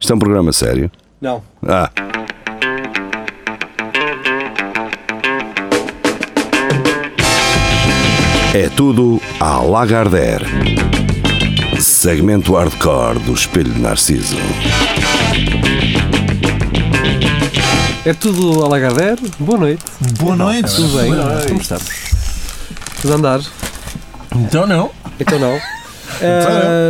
Isto é um programa sério. Não. Ah, é tudo à Lagardère. Segmento hardcore do Espelho de Narciso. É tudo a Lagardère. Boa noite. Boa noite. Tudo bem? Boa noite. Como estamos? Tudo a andar? Então não. Então não. Ah,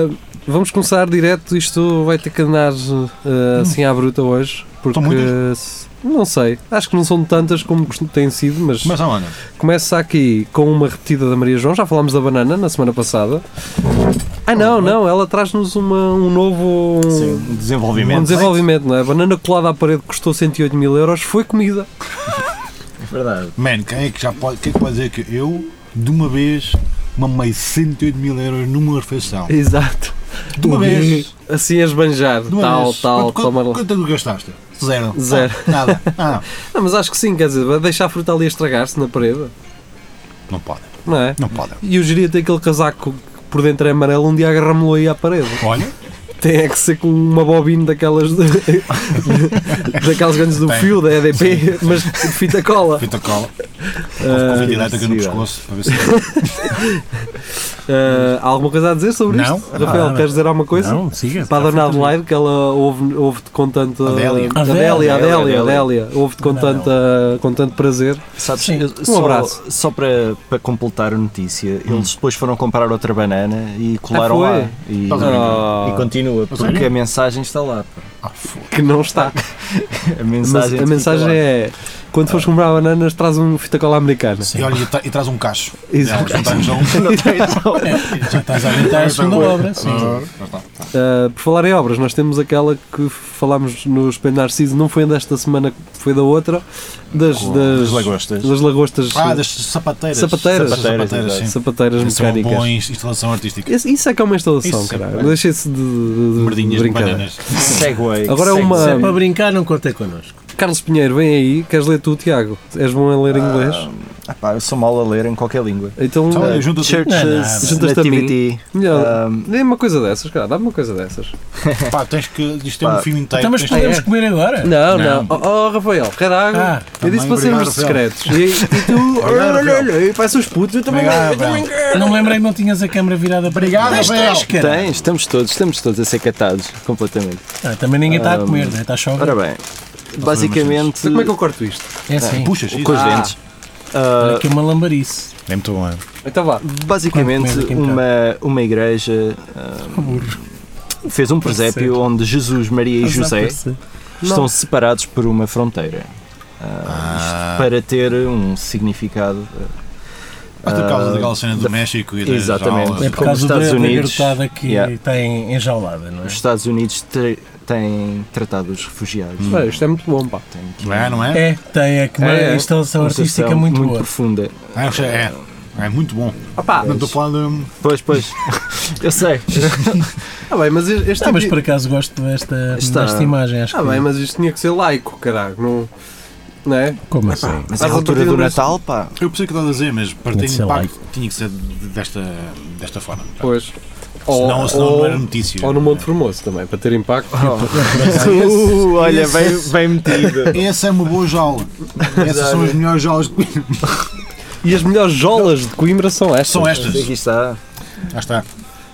Então vamos começar direto. Isto vai ter que andar Hum. ah, assim à bruta hoje. Porque. São se- Não sei. Acho que não são tantas como costum- têm sido, mas. Mas aonde? Começa aqui com uma repetida da Maria João. Já falámos da banana na semana passada. Ah, não, não. Ela traz-nos uma- um novo. Sim, desenvolvimento. Um desenvolvimento, não é? A banana colada à parede que custou 108 mil euros foi comida. Verdade. Man, quem é que já pode, quem é que pode dizer que eu, de uma vez, mamei 108 mil euros numa refeição? Exato. De uma vez. Assim a esbanjar. De uma tal, vez. tal, quanto, toma quanto, lá. quanto é que gastaste? Zero. Zero. Ah, nada. Ah, Não, mas acho que sim, quer dizer, vai deixar a fruta ali a estragar-se na parede, não pode. não é? Não pode. E o geria tem aquele casaco que por dentro é amarelo, um dia agarramos-lo aí à parede. Olha, Tem é que ser com uma bobina daquelas. de- daquelas grandes do Tem. fio, da EDP, mas de fita cola. fita cola. Ah, Covid elétrica no sim, pescoço. Para ver se... ah, há alguma coisa a dizer sobre Não. isto? Rafael, Ah, queres dizer alguma coisa? Não, siga. Para a Dona Adelaide, que ela ouve, ouve-te com tanta. Adélia. Adélia, Adélia, Adélia, Adélia. Adélia. Ouve-te com, Adélia. tanta, com tanto prazer. Sabes, Sim, eu- um só, abraço. Hum. Só para, para completar a notícia, eles depois foram comprar outra banana e Ah, colaram foi? lá. E, Estás a brincar? e continua, porque sério? a mensagem está lá. pá. Ah, foda. Que não está. A Mas mensagem, a mensagem é: quando fores comprar bananas, traz um fita cola americana. E olha, e, tra e traz um cacho. Exato. Já tens um. Já estás a aventar a segunda obra. Sim. Uh, por falar em obras, nós temos aquela que falámos no Espelho Narciso, não foi desta semana, foi da outra, das, das, das lagostas. das lagostas eh, Ah, das sapateiras. Sapateiras. Sapateiras, Sapateiras, sim. sapateiras um Isso é uma mecânicas. boa instalação artística. Esse- Isso é que é uma instalação, Isso é caralho. bem. Deixa-se de, de, de, Merdinhas de brincar. bananas. Segway. Agora é segue. uma- Se- Ah, Se é para brincar, não contem connosco. Carlos Pinheiro, vem aí, queres ler tu, Tiago? És bom a ler inglês? Ah, pá, eu sou mal a ler em qualquer língua. Então, Então, é, eu Ah, junto Churches, Não, não, Juntas-te a mim. Nativity. melhor, um, dê-me uma coisa dessas, cara, dá-me uma coisa dessas. Pá, tens que. Isto é Pá. um filme inteiro. Então, mas tens podemos que- comer agora? Não, não. Oh, oh, Rafael, caralho. Ah, eu também disse para tá obrigado, sermos Rafael. discretos. E, e tu, olha, olha, olha, olha, parece os putos, eu também Obrigado, eu também quero. Eu não lembrei que não tinhas a câmera virada para Ah, Obrigado, Mas Abel. tens, cara. Tens, estamos todos, estamos todos a ser catados completamente. Ah, também ninguém está a comer, Ah, né? está só a Então, Ora ver. bem, basicamente. Como é que eu corto isto? É assim, Puxas, isso. com os Ah, dentes. Ah, olha aqui uma lambarice. É muito bom. Então vá. Hum. Basicamente, Quando comes aqui em uma, uma igreja ah, fez um presépio onde Jesus, Maria e José É estão separados por uma fronteira. Ah, isto para ter um significado. Mas por causa daquela cena do México e das Exatamente. aulas. É por Como causa da, Estados da Unidos. garotada que Yeah. tem enjaulada, não é? Os Estados Unidos te- têm tratado os refugiados. Olha, isto é muito bom, pá. Tem aqui Não é, não é? É, tem é que uma É, é. instalação uma artística sensação muito boa. profunda. É, é. É muito bom. Ah, pá. Não hum, estou a falar de. Pois, pois. Eu sei. Ah, bem, mas este. Ah, mas tinha- por acaso gosto desta, Está. desta imagem, acho Ah, que. é. bem, mas isto tinha que ser laico, caralho. Não, não é? Como assim? Mas a a altura partir do do Natal, pá. Eu percebi o que estás a dizer, mas para Tinha ter de ser impacto tinha que ser desta, desta forma. Pois. Oh, Senão, senão ou, não era notícia. ou no Monte Formoso também, para ter impacto. Uh, olha, bem, bem metido. Essa é uma boa jaula. Essas são as melhores jaulas de Coimbra. E as melhores jolas de Coimbra são estas. São estas. Aqui está. Ah, está.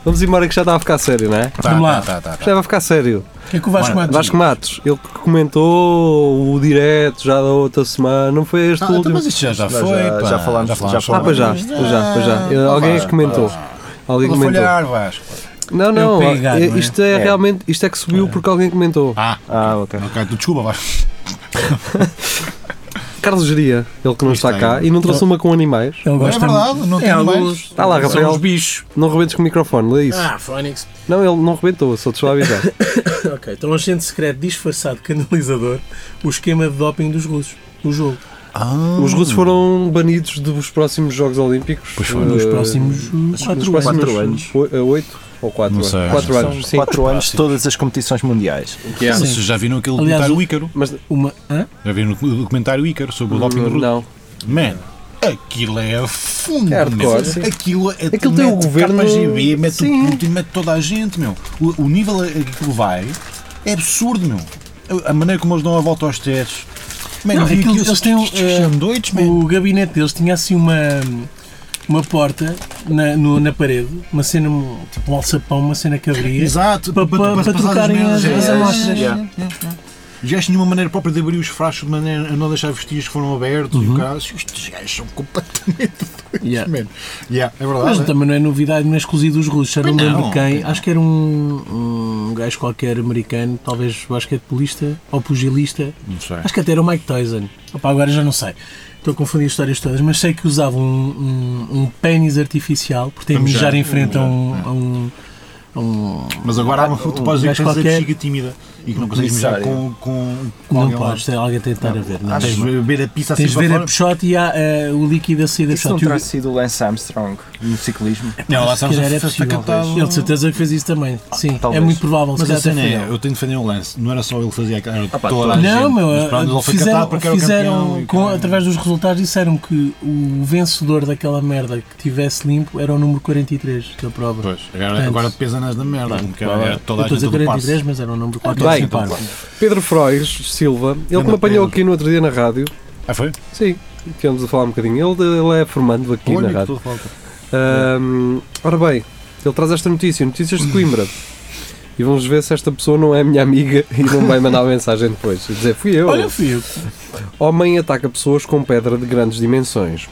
Vamos embora que já está a ficar sério, não é? Tá, Vamos lá. Tá, tá, tá, tá. Já vai ficar sério. O que é que o Vasco Matos Vasco Matos, ele que comentou o direto já da outra semana, não foi este Ah, o então, último. mas isto já, já Já- foi. já- pá. já falámos- já Ah, falámos. pois já, pois já, pois já. Eh, Alguém Vasco, comentou. Alguém Vou comentou. falhar, Vasco. Não, não, Eu peguei, eh, não é? isto é, É. realmente, isto é que subiu porque alguém comentou. Ah, Ah, ok. ok. Tu desculpa, Vasco. Carlos Geria, ele que não Isto está cá, tem. e não trouxe uma com animais. Ele É gosta verdade, não É, tenho mais. alguns. Ah lá, Rafael. São os bichos. Não rebentes com o microfone, lê isso. Ah, Phoenix. Não, ele não rebentou, só te estou a avisar. Ok, então agente secreto disfarçado de canalizador, o esquema de doping dos russos, o jogo. Ah. Os russos foram banidos dos próximos Jogos Olímpicos. Pois foram. Nos próximos Eh, nos 4 próximos quatro anos. oi- eh, Oito ou quatro? Não sei, anos? Quatro não sei. anos, sim. Quatro anos, todas as competições mundiais. Que é. Sim. Vocês já viram aquele Aliás, documentário o- Ícaro? Mas Uma. Hã? Já viram o documentário Ícaro sobre o doping russo? não. Man, aquilo é fundo, É hardcore, meu. sim. Aquilo é Aquilo tem o mete governo- KGB, mete Sim. o Putin, mete toda a gente, meu. O, o nível a que aquilo vai É absurdo, meu. A maneira como eles dão a volta aos testes. Man, Não, e aquilo- aqueles- eles têm um, estes xandoites, man. O gabinete deles tinha assim uma, uma porta na, no- na parede, uma cena, um- tipo um alçapão, uma cena que abria. Exato, pa- pa- É. para passar trocarem merdas. as- É, as é, amostras. é, é, é, é. Os gajos tinham uma maneira própria de abrir os frascos de maneira a não deixar vestígios que foram abertos e o caralho. Estes gajos são completamente doidos, Uhum. Yeah. man. Yeah, é Mas verdade. é? também não é novidade, não é exclusivo dos russos. Já não me Pois não, lembro quem. pois não. Acho que era um, um gajo qualquer americano, talvez basquetebolista ou pugilista. Não sei. Acho que até era o Mike Tyson. Opa, agora já não sei. Estou a confundir as histórias todas, mas sei que usava um, um, um pênis artificial, porque tem de Vamos já, mijar em frente a um. vamos A um, a um Mas agora há uma foto para dizer gajo que tens a qualquer- bexiga tímida e que não consegues mijar com, com, com não alguém lá. podes, tem alguém a tentar a ver. Não Achas tens, ver a pizza assim tens de ver a para fora? peixote e há, eh, o líquido a sair da Isso não peixote. terá sido o Lance Armstrong no ciclismo? Não, lá Se estamos a calhar é festa possível. cantada. Ele de certeza que fez isso também. Sim, é talvez. muito provável. Ah, Mas se a calhar até cena foi é, ele. eu tenho de defender o lance. Não era só ele que fazia aquela. Ah pá, toda a toda a Não, gente. meu, Mas pronto, ele eh, foi fizeram, cantar porque era o campeão fizeram e com, caralho. através dos resultados disseram que o vencedor daquela merda que tivesse limpo era o número 43 da é prova. Pois, agora, agora pesa nas da merda. Claro, porque claro. era toda eu a estou é, a gente dizer do 43, passe. mas era o número Bem, 43 par. Pedro Frois Silva, ele que me Grande apanhou Pedro. aqui no outro dia na rádio. Ah, foi? Sim, tínhamos a falar um bocadinho. Ele, ele é formando aqui Olha, na que rádio. tudo falta. Ahm, ora bem, ele traz esta notícia, notícias de Coimbra. E vamos ver se esta pessoa não é minha amiga e não vai mandar mensagem depois. E dizer, fui eu. Olha, fui eu. Homem ataca pessoas com pedra de grandes dimensões.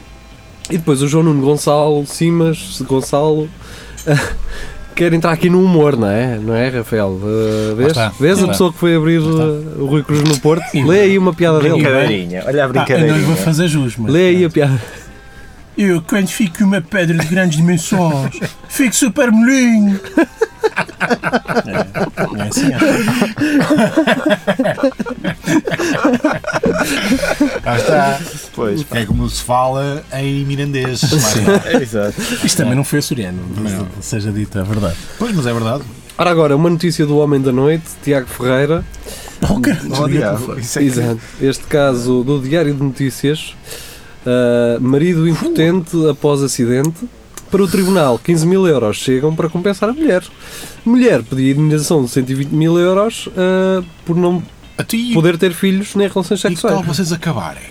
E depois o João Nuno Gonçalo, Simas, Gonçalo, quer entrar aqui no humor, não é? Não é, Rafael? Ah, vês? Lá está. Vês a Lá pessoa que foi abrir ah, o Rui Cruz no Porto? Lê aí uma piada dele. Brincadeirinha, olha a Ah, eu não lhe vou brincadeirinha. fazer jus, mas. Lê aí a piada. Eu, quando fico uma pedra de grandes dimensões, fico super molinho. É, é assim, é. assim. Lá está. Pois, É como se fala em mirandês. exato. Isto também não foi açoriano, seja dita a verdade. Pois, mas é verdade. Ora agora, uma notícia do Homem da Noite, Tiago Ferreira. Oh, caralho, Oh, diabo, isso é que- Exato. Este caso do Diário de Notícias. Ah, marido impotente após acidente. Para o tribunal, 15 mil euros chegam para compensar a mulher. Mulher pedia indemnização de 120 mil euros ah, por não A ti, poder é ter filhos nem relações e que tal sexuais. vocês acabarem?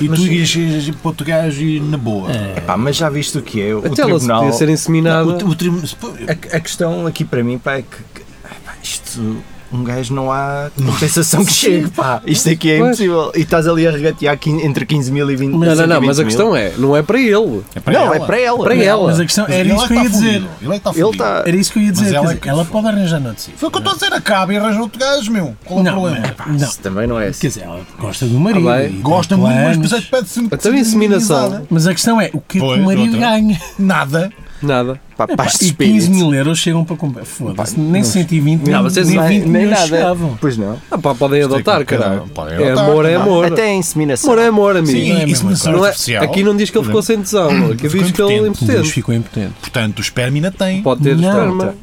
E tu ias ias para outro gajo e na boa. Pá, mas já viste o que é? O Até ela se tribunal. podia ser Não, inseminada. o- o trim- se pô- A, a questão aqui para mim, pá, é que. que- pá, isto. Um gajo não há compensação que chegue, pá. Isto aqui é Pois. impossível. E estás ali a regatear quin- entre 15 mil e 20 Não, não, não, mas a 120 mil. questão é, não é para ele. É não, é para ela. Para ela. Mas a questão Mas era ele isso é que eu tá ia dizer. fudido, Ele é que está Ele tá- está. Era isso que eu ia dizer. quer ela é dizer, que- ela pode arranjar noutro sítio. Foi o que eu estou a dizer, acaba e arranja outro gajo, meu. Qual é o Não, problema? mas, pá, não. Isso também não é Quer assim. dizer, ela gosta do marido. Ah, bem. e tem Gosta muito, mas planos. depois pede-se um Até a Então, inseminação. Mas a questão é, o que é que Pois, o marido outra. ganha? Nada. Nada. é Pá, Pá, paz de e 15 espírito. mil euros chegam para comprar. Foda-se, nem 120 Não, é nem, vocês nem não- 20 Nem milhões nada. chegavam. Pois não. Ah pá, podem adotar, caralho. é Podem É adotar, amor, é não. amor. Até a inseminação. Amor é amor, amigo. Sim, Não é a isso mesma não é Não é- artificial. aqui não diz que ele ficou sem tesão, aqui Ficou diz que ele é O Luís impotente. ficou impotente. Portanto, o esperma ainda tem. Pode ter Não, esperma.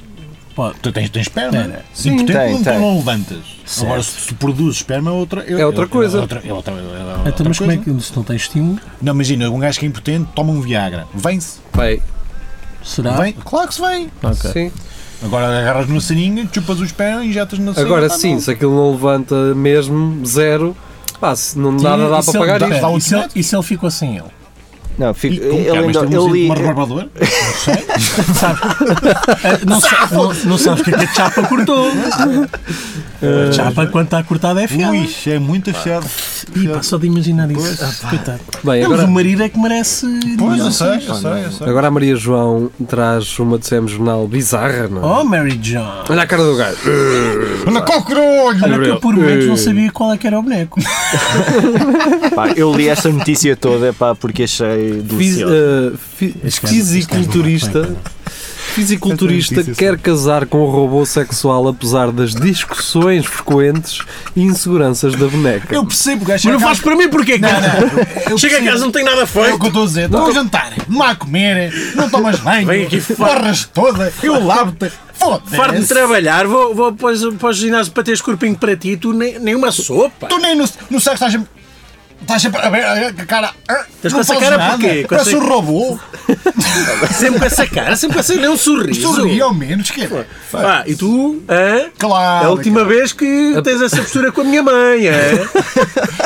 Pode. Tu tens, tens esperma. Tem. Sim, portanto, Tem, não, tem. não levantas. Agora, se, se produz esperma, é outra, É outra coisa. É outra, é outra, é outra Então, mas como coisa. é que se não tem estímulo? Não, imagina, um gajo que é impotente toma um Viagra. Vem-se. Vai. Será? Vem? Claro que se vem. Ok. Sim. Agora agarras no sarinho, chupas o esperma e injetas na tá Agora sim, se aquilo não levanta mesmo, zero, pá, se não dá nada dá E se para pagar ele- um isto. dá- isto. espera, E se ele- e se ele ficou sem ele? Não, fico, Ele ele ainda. ainda. Ele Um rebarbador? Sabes? Eh, não, sa- não- não sabes o que é que a chapa cortou. A chapa, quando está cortada, é fiel. Ui, é muito afiado. E pá, só de imaginar isso. Ah, Coitado. Bem, Não, mas agora, o marido é que merece. Pois, eu Não. sei, eu sei, eu sei. agora a Maria João traz uma de Sam Jornal bizarra, não é? Oh, Mary John. Olha a cara do gajo. Olha com o crolho! Olha que eu por momentos Eh. não sabia qual é que era o boneco. Pá, eu li esta notícia toda pá, porque achei Fis- delicioso. eh, fi- Este gajo- este Fisiculturista. gajo Fisiculturista quer casar com um robô sexual apesar das discussões frequentes e inseguranças da boneca. Eu percebo, gajo. chega a casa- para mim porquê, cara? Chega a casa, não tem nada É o que eu estou a dizer. Estou a jantar, não há a comer, não tomas banho, Vem aqui fora. borras toda, eu lavo-te, Farto de foda-se. trabalhar, vou, vou para, os, para os ginásios para teres corpinho para ti, tu nem, nem uma sopa. Tu nem no, no sexo estás sempre. Estás sempre a ver a cara. ah, não Estás com essa fazes cara nada. porquê? Com Parece essa- um robô. Sempre com essa cara, sempre com essa nem um sorriso. Sorri ao menos, que é. Pá, Ah, e tu, hã? É Claro. a última vez que tens essa postura com a minha mãe, é?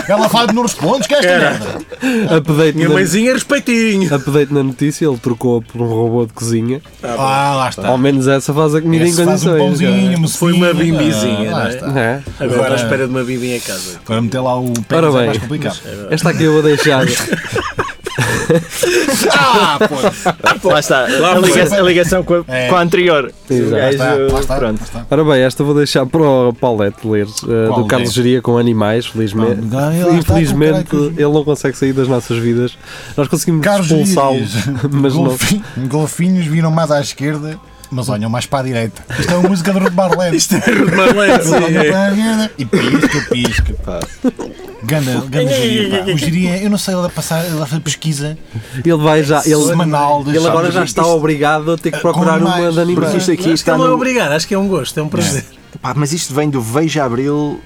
cara. Ela faz não respondes, que é esta Era. merda. Update Minha na, mãezinha respeitinho. update na notícia, ele trocou por um robô de cozinha. Tá Ah, lá está. Ao menos essa faz a comida Esse em faz um condições. pãozinho, uma Foi uma sopinha, bimbizinha, ah, não lá é? está. cara. É. Agora Agora- à espera de uma vinda em casa. Para meter lá o pé Ora bem. é mais complicado. Esta aqui eu vou deixar. Ah, pois. Lá está, a, ligação, a ligação com, a, É. com a anterior. Exato. O gajo- Lá está, lá Pronto. está. Ora bem, esta vou deixar para o Paulette ler, eh, Qual do Carlos é? Geria com animais, felizmente. Pronto, lá tá, está, Infelizmente, com caralho. ele não consegue sair das nossas vidas. Nós conseguimos Carlos expulsá-lo, mas não. Golfi- Golfinhos viram mais à esquerda, mas olham mais para a direita. Isto é uma música de Ruth Marlene. Isto é para a esquerda e pisca, pisca. Pá. Ganda, ganda geria, pá. O geria, eu não sei, ele a passar, ele a fazer pesquisa Ele vai já. Ele, semanal. das ele agora chaves. já está obrigado a ter que Eh, procurar com uma animais. de Porque animais. isto aqui Acho que está ele não é no, obrigado, acho que é um gosto, é um prazer. Pá, mas isto vem do vejaabril.com.br.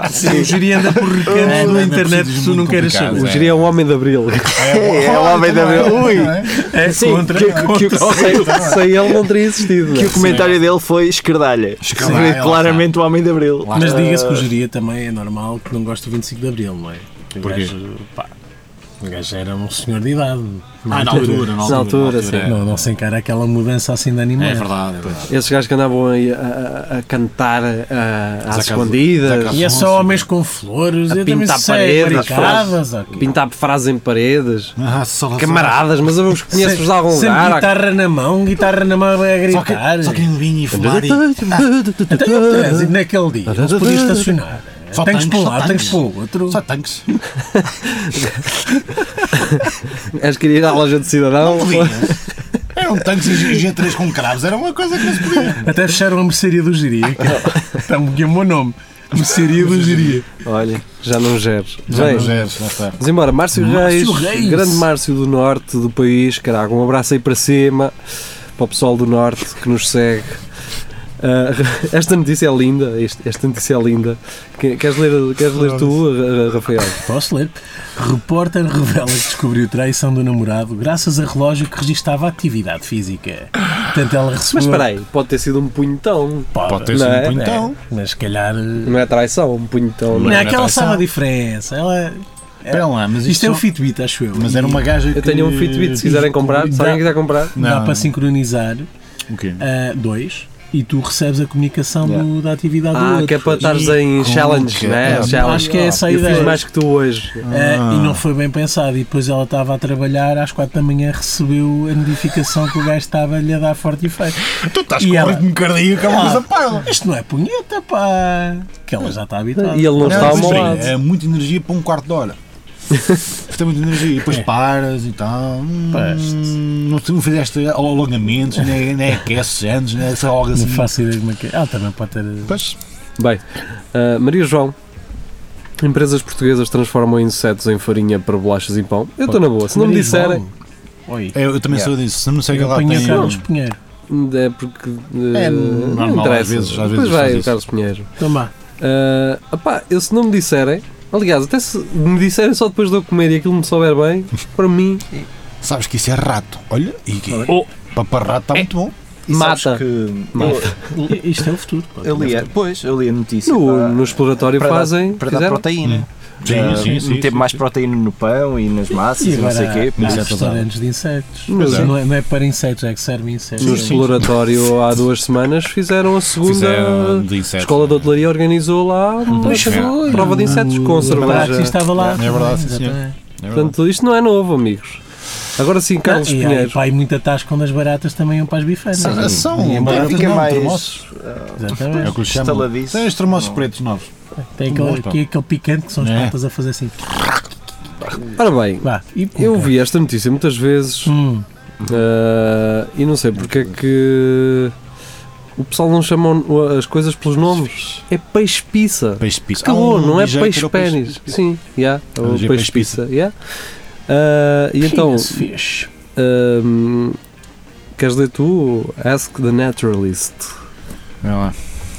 pá. Sim, É. o Jiri anda por recantos da é internet preciso se tu não muito queres complicado, saber. O Geria é um homem de abril. É, É o homem da também, minha- Ui. não é? É Sim, contra. que- que- contra. sem, sem ele não teria existido. Que o comentário dele foi esquerdalha. Esquerdalha, Sim, Claramente o homem de abril. Mas Ah, diga-se que o Geria também é normal que não goste do 25 de Abril, não é? O Porquê? gajo, pá, o gajo era um senhor de idade. Ah, na altura, na altura. Na altura, sim. Não, não se encara aquela mudança assim de É, animal. é verdade, é verdade. Esses gajos que andavam aí a, a- a cantar a, às Zaca- escondidas, E é Afonso, só homens com flores, A eu também pintar sei, paredes, maricadas, ok. pintar frases em paredes, Ah, só- só- camaradas, mas eu os conheço de algum Sempre lugar. guitarra na mão, guitarra na mão é a Só que, gritar. só quem vinha e ah, Ah, fumar e... Até o trânsito naquele dia, não se podia estacionar. Só Tem que tanques, só pular, tem que tanques. pular outro. Só tanques. És querer ir à loja de cidadão. Podia. Eram tanques e G3 com cravos, era uma coisa que não se podia. Até fecharam a mercearia do Jiria. é Está me o tá um meu nome. Mercearia do Jiria. Olha, já não geres. é, Já Bem, nos és, lá está. Vamos embora, Márcio Reis, Márcio Reis. grande Márcio do Norte do país, caraca, um abraço aí para cima, para o pessoal do Norte que nos segue. Ah, esta notícia é linda, este- esta notícia é linda. Que- Queres ler, queres ler tu, Ra- Ra- Rafael? Posso ler? Repórter revela que descobriu traição do namorado graças a relógio que registava atividade física. Portanto, ela recebeu. Mas espera aí, pode ter sido um punhetão, Pode ter Não sido é? um punhetão. É, mas se calhar. Não, não é traição, um punhetão. Não. é é? que ela traição. sabe a diferença. Ela... Espera lá, mas Isto, isto é o só- Fitbit, acho eu. Mas era uma gaja que... Eu tenho um Fitbit, se quiserem comprar, se alguém quiser comprar, Dá Não, para não. sincronizar O quê? ah, dois e tu recebes a comunicação Yeah. do- da atividade do ah, outro. que é para estares E- em com- challenge, né? é, Challenge. acho que é essa a Eu ideia. fiz mais que tu hoje. Ah, e não foi bem pensado. E depois ela estava a trabalhar, às quatro da manhã recebeu a notificação que o gajo estava-lhe a dar forte efeito. Tu estás E com ela- um ritmo cardíaco, é uma coisa parda. Isto não é punheta, pá! Que ela já está habituada. E ele não, está ao mas meu espera, lado. É muita energia para um quarto de hora. Tem muita energia e depois paras e tal. Hum, Peste. Não, tu não fizeste alongamentos, nem, nem aqueces antes, nem essa algo Não assim. faço ideia como é que é. Ela também pode ter. Pois, Bem, ah, Maria João. Empresas portuguesas transformam insetos em farinha para bolachas e pão. Eu estou na boa. Se não me Maria disserem, João. Oi. é, eu, eu também sou disso. se Não sei o que Eu lá apanhei tem. um. o Carlos Pinheiro. é porque. ah, É não normal, interessa. às vezes- às vezes Depois vai o faz isso. Carlos Pinheiro. Toma. Ah, opá, eu se não me disserem. Aliás, até se me disserem só depois de eu comer e aquilo me souber bem, para mim, Sabes que isso é rato. Olha, É. e que Oh. para rato está muito bom. E sabes Mata. que- Mata. I- Isto é o futuro. pá. Eu li, a- pois, eu li a notícia. no, pá, no exploratório é para dar- fazem. para dar fizeram. proteína. Sim, Ah, sim, sim, meter sim, mais sim. proteína no pão e nas massas E e, não agora sei o quê. há, há Isso é restaurantes de insetos. Mas é. não, é, não é para insetos, é que serve insetos. No exploratório, há duas semanas, fizeram a segunda. Fizeram de insetos, a Escola de né? Hotelaria organizou lá Uhum. uma foi. prova de insetos com Praxis cerveja. estava lá. É verdade, sim, também, senhor. exatamente. É verdade. Portanto, isto não é novo, amigos. Agora sim, Carlos Não, e há- Pinheiro. pá, E muito atasco onde as baratas também iam para as bifanas. São- São E a baratas, Fica não, mais termoços. É o Exatamente. que lhes chamam. estaladiço. Tem os termoços pretos novos. Tem Bom, aquele, pá. que é aquele picante que são as É. patas a fazer assim. Ora bem, Vá, e- eu vi esta notícia muitas vezes Hum, ah, e não sei porque é que o pessoal não chama as coisas pelos nomes. É peixe-pizza. Peixe pizza. Acabou, Há um não é DJ que era o peixe-pênis. Sim, já. Um Ou DJ peixe-pizza. Yeah. Ah, e então, penis fish. Ahm, queres ler tu? Ask the Naturalist. Vai lá.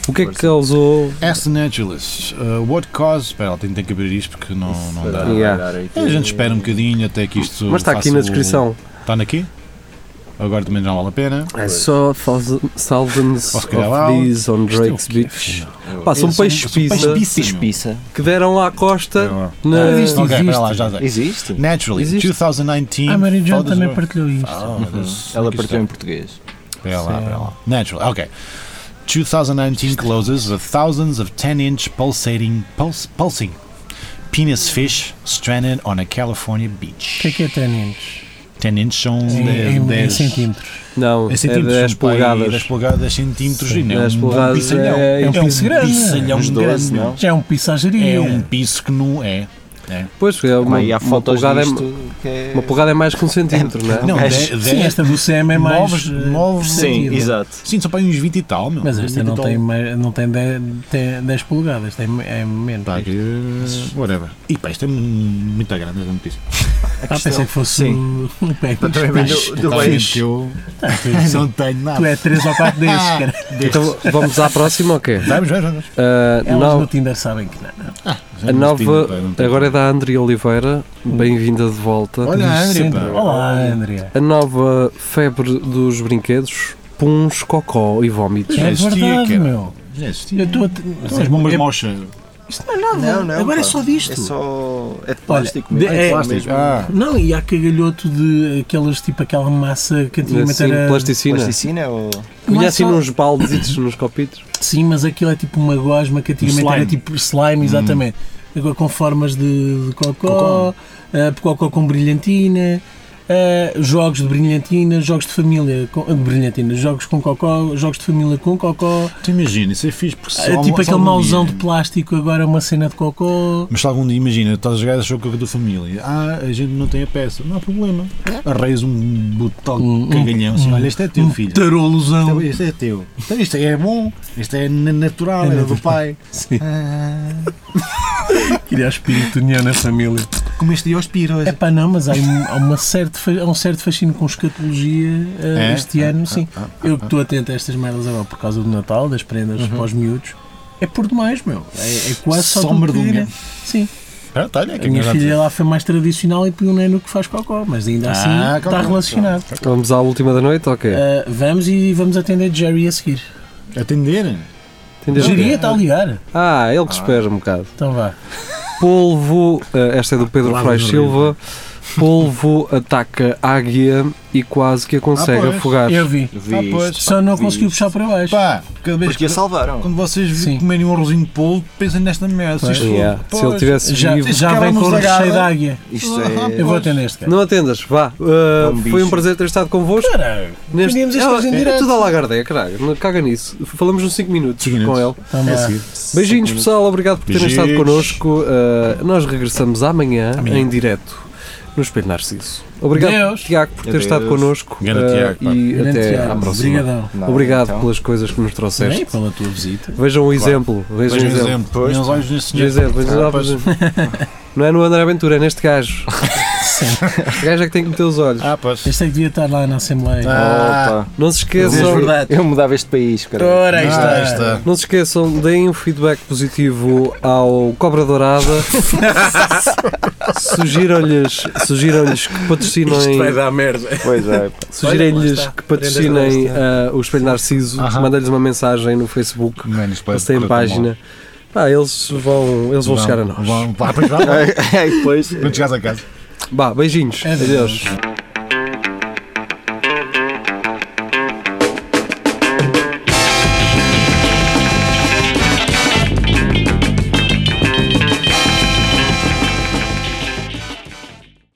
O que é que causou. S. Naturalist. uh, what caused. Espera, ela tem, tem que abrir isto porque não, não dá. A gente espera um bocadinho até que isto. Mas está aqui faça na o- descrição. Está naqui? Agora também não vale a pena. É I saw thous- thousands Posso of criar lá? these on Isto é o Drake's quê? Beach. Pá, são um peixes pizza Pispiça. que deram à É costa lá. na. Ah, existe, ok, espera lá, já sei. Existe? Naturally, Existe. Uhum. 2019. A Ah, Mary Jo Fodas- também partilhou isto. Fodas. Ela Ah, Aqui está. partiu em português. Espera lá, espera lá. Natural, ok. 2019 closes with thousands of 10-inch pulsating, puls, pulsing penis fish stranded on a California O que é beach. que é 10 inches? 10 inch são Em, em- em 10 centímetros. Não, é Em centímetros, 10 são para aí polegadas. 10 polegadas, 10 centímetros e não é 10 um bom polegadas pissalhão. é- É é um um piso grande. pissalhão Uns 12, grande. não? Já é um pissageria. É um piso que não é. Pois, é uma, Aí há uma, fotos polegada é, disto que é... uma polegada é mais que um centímetro, não é? Não, É- 10. Sim, esta do CM é mais. Móveis- eh, móveis- Sim, sentido. exato. Sim, são para aí uns 20 e tal, meu. Mas esta 20 e não tal. tem, mais- não tem 10, tem 10 polegadas, tem é menos. Pá, que- Whatever. E pá, isto é muito grande esta notícia. Ah, pensei que fosse Sim. um pé que Também tu, vem do- do Claramente país. que eu não tenho nada. tu é 3 ou 4 desses, cara. Então vamos à próxima ou quê? Vamos, vamos, vamos. Ah, É um Elas não- no Tinder sabem que não. a nova agora é da Andrea Oliveira, Hum. bem-vinda de volta. Olha a Andrea, Sempre- pá. Olá, Andrea. A nova febre dos brinquedos, puns, cocó e vómitos. É existia, verdade, cara. meu. Já existia. Eu estou a. te- São as bombas É- mocha. Isto não é nada. Não, não, Agora é pá. só disto. É só... É de plástico plástico mesmo. mesmo. É, Plástico. Ah, Não, e há cagalhoto de aquelas, tipo aquela massa que antigamente Assim, era. é? plasticina. Plasticina ou... Não Vinha é assim só- nos baldes, nos copitos. Sim, mas aquilo é tipo uma gosma que antigamente Um slime. era tipo slime, exatamente. Agora com formas de, de cocó, Cocó. eh, cocó com brilhantina, eh, jogos de brilhantina, jogos de família com, de brilhantina, jogos com cocó, jogos de família com cocó, tu imagina, isso é fixe. Porque se eh, algum- tipo se aquele algum mauzão dia- de plástico, agora uma cena de cocó. Mas se algum dia, imagina, estás a jogar a jogo com a tua família. Ah, a gente não tem a peça. Não há problema. Arreias um botão Um- de cagalhão assim. Olha, este é teu, filho. Tarolozão. Isto é teu. Então, isto é bom. Isto é na- natural, é do pai. Sim, Ah, queria espírito de união na família. comeste aos piros. É pá, não, mas há, um, há uma certa, fa- há um certo fascínio com escatologia eh, É? este Ah, ano, ah, sim. Eu que estou atento a estas merdas agora por causa do Natal, das prendas pós-miúdos, é por demais, meu. É, é quase só, Uhum. Só tudo que merdunga. era. Sim. Pronto, Ah, tá, olha, a minha filha lá foi mais tradicional e pediu nem no que faz cocó, mas ainda assim Ah, está cocó. relacionado. Vamos à última da noite, ok? Eh, vamos e vamos atender Jerry a seguir. Atender? Entendeu? Jerry está a ligar. Ah, ele que espera um bocado. Então vá. Polvo, eh, esta é do Pedro Lá Frais no Rio. Silva. Polvo ataca águia e quase que a consegue Ah, pois. afogar. Eu vi. Ah, pois. isto, Só pá, não vi conseguiu isto. puxar para baixo. Pá, cada vez Porque a que salvaram. quando vocês Sim. vi- comerem um arrozinho de polvo, pensem nesta merda. Pois. isto for- Yeah, é, Se pois. ele tivesse Já, vivo. já vem Acabamos com o de agarrar. recheio de águia. Isto Ah, é... Eu vou atender este cara. Não atendas, vá. Uh, um foi bicho. um prazer ter estado convosco. É Caralho. Tínhamos isto hoje em é, é direto. tudo a lagardeia, caralho. Não- Caga nisso. Falamos uns 5 minutos, Cinco minutos. com ele. Então É vá. seguir. Beijinhos, pessoal. Obrigado por terem Beijinhos. estado connosco. Uh, nós regressamos amanhã, Amanhã. em direto no Espelho Narciso. Obrigado, Adeus. Tiago, por ter Adeus. estado connosco. uh, Grande Tiago, pá. e Grande até Tiago, à próxima. Obrigadão. Nada, Obrigado então. pelas coisas que nos Bem, trouxeste. pela tua visita. Vejam o exemplo. Vejam Veja o um exemplo. exemplo. Põe os olhos nesse Vejam o senhor. Ah, exemplo. Vejam lá, pois. vejam. Não é no André Aventura, é neste gajo. este gajo é que tem que meter os olhos. Ah, pois. Este é que devia estar lá na Assembleia. Ah, Opa. Não se Eu- esqueçam. Eu mudava este país, cara. Ora, aí está. Ah, está. Não se esqueçam, deem um feedback positivo ao Cobra Dourada. Sugiram-lhes sugiram que patrocinem, dar merda. Pois é. sugiram-lhes Olha, lá que patrocinem ah, o Espelho Narciso. Aham. Mandem-lhes uma mensagem no Facebook. Menos para- Eles têm para página. Ah, eles vão, eles vão tomar. chegar a nós. Vão, pá, pois vá. É, pois. Quando chegares a casa. Bah, beijinhos. Adeus. Adeus.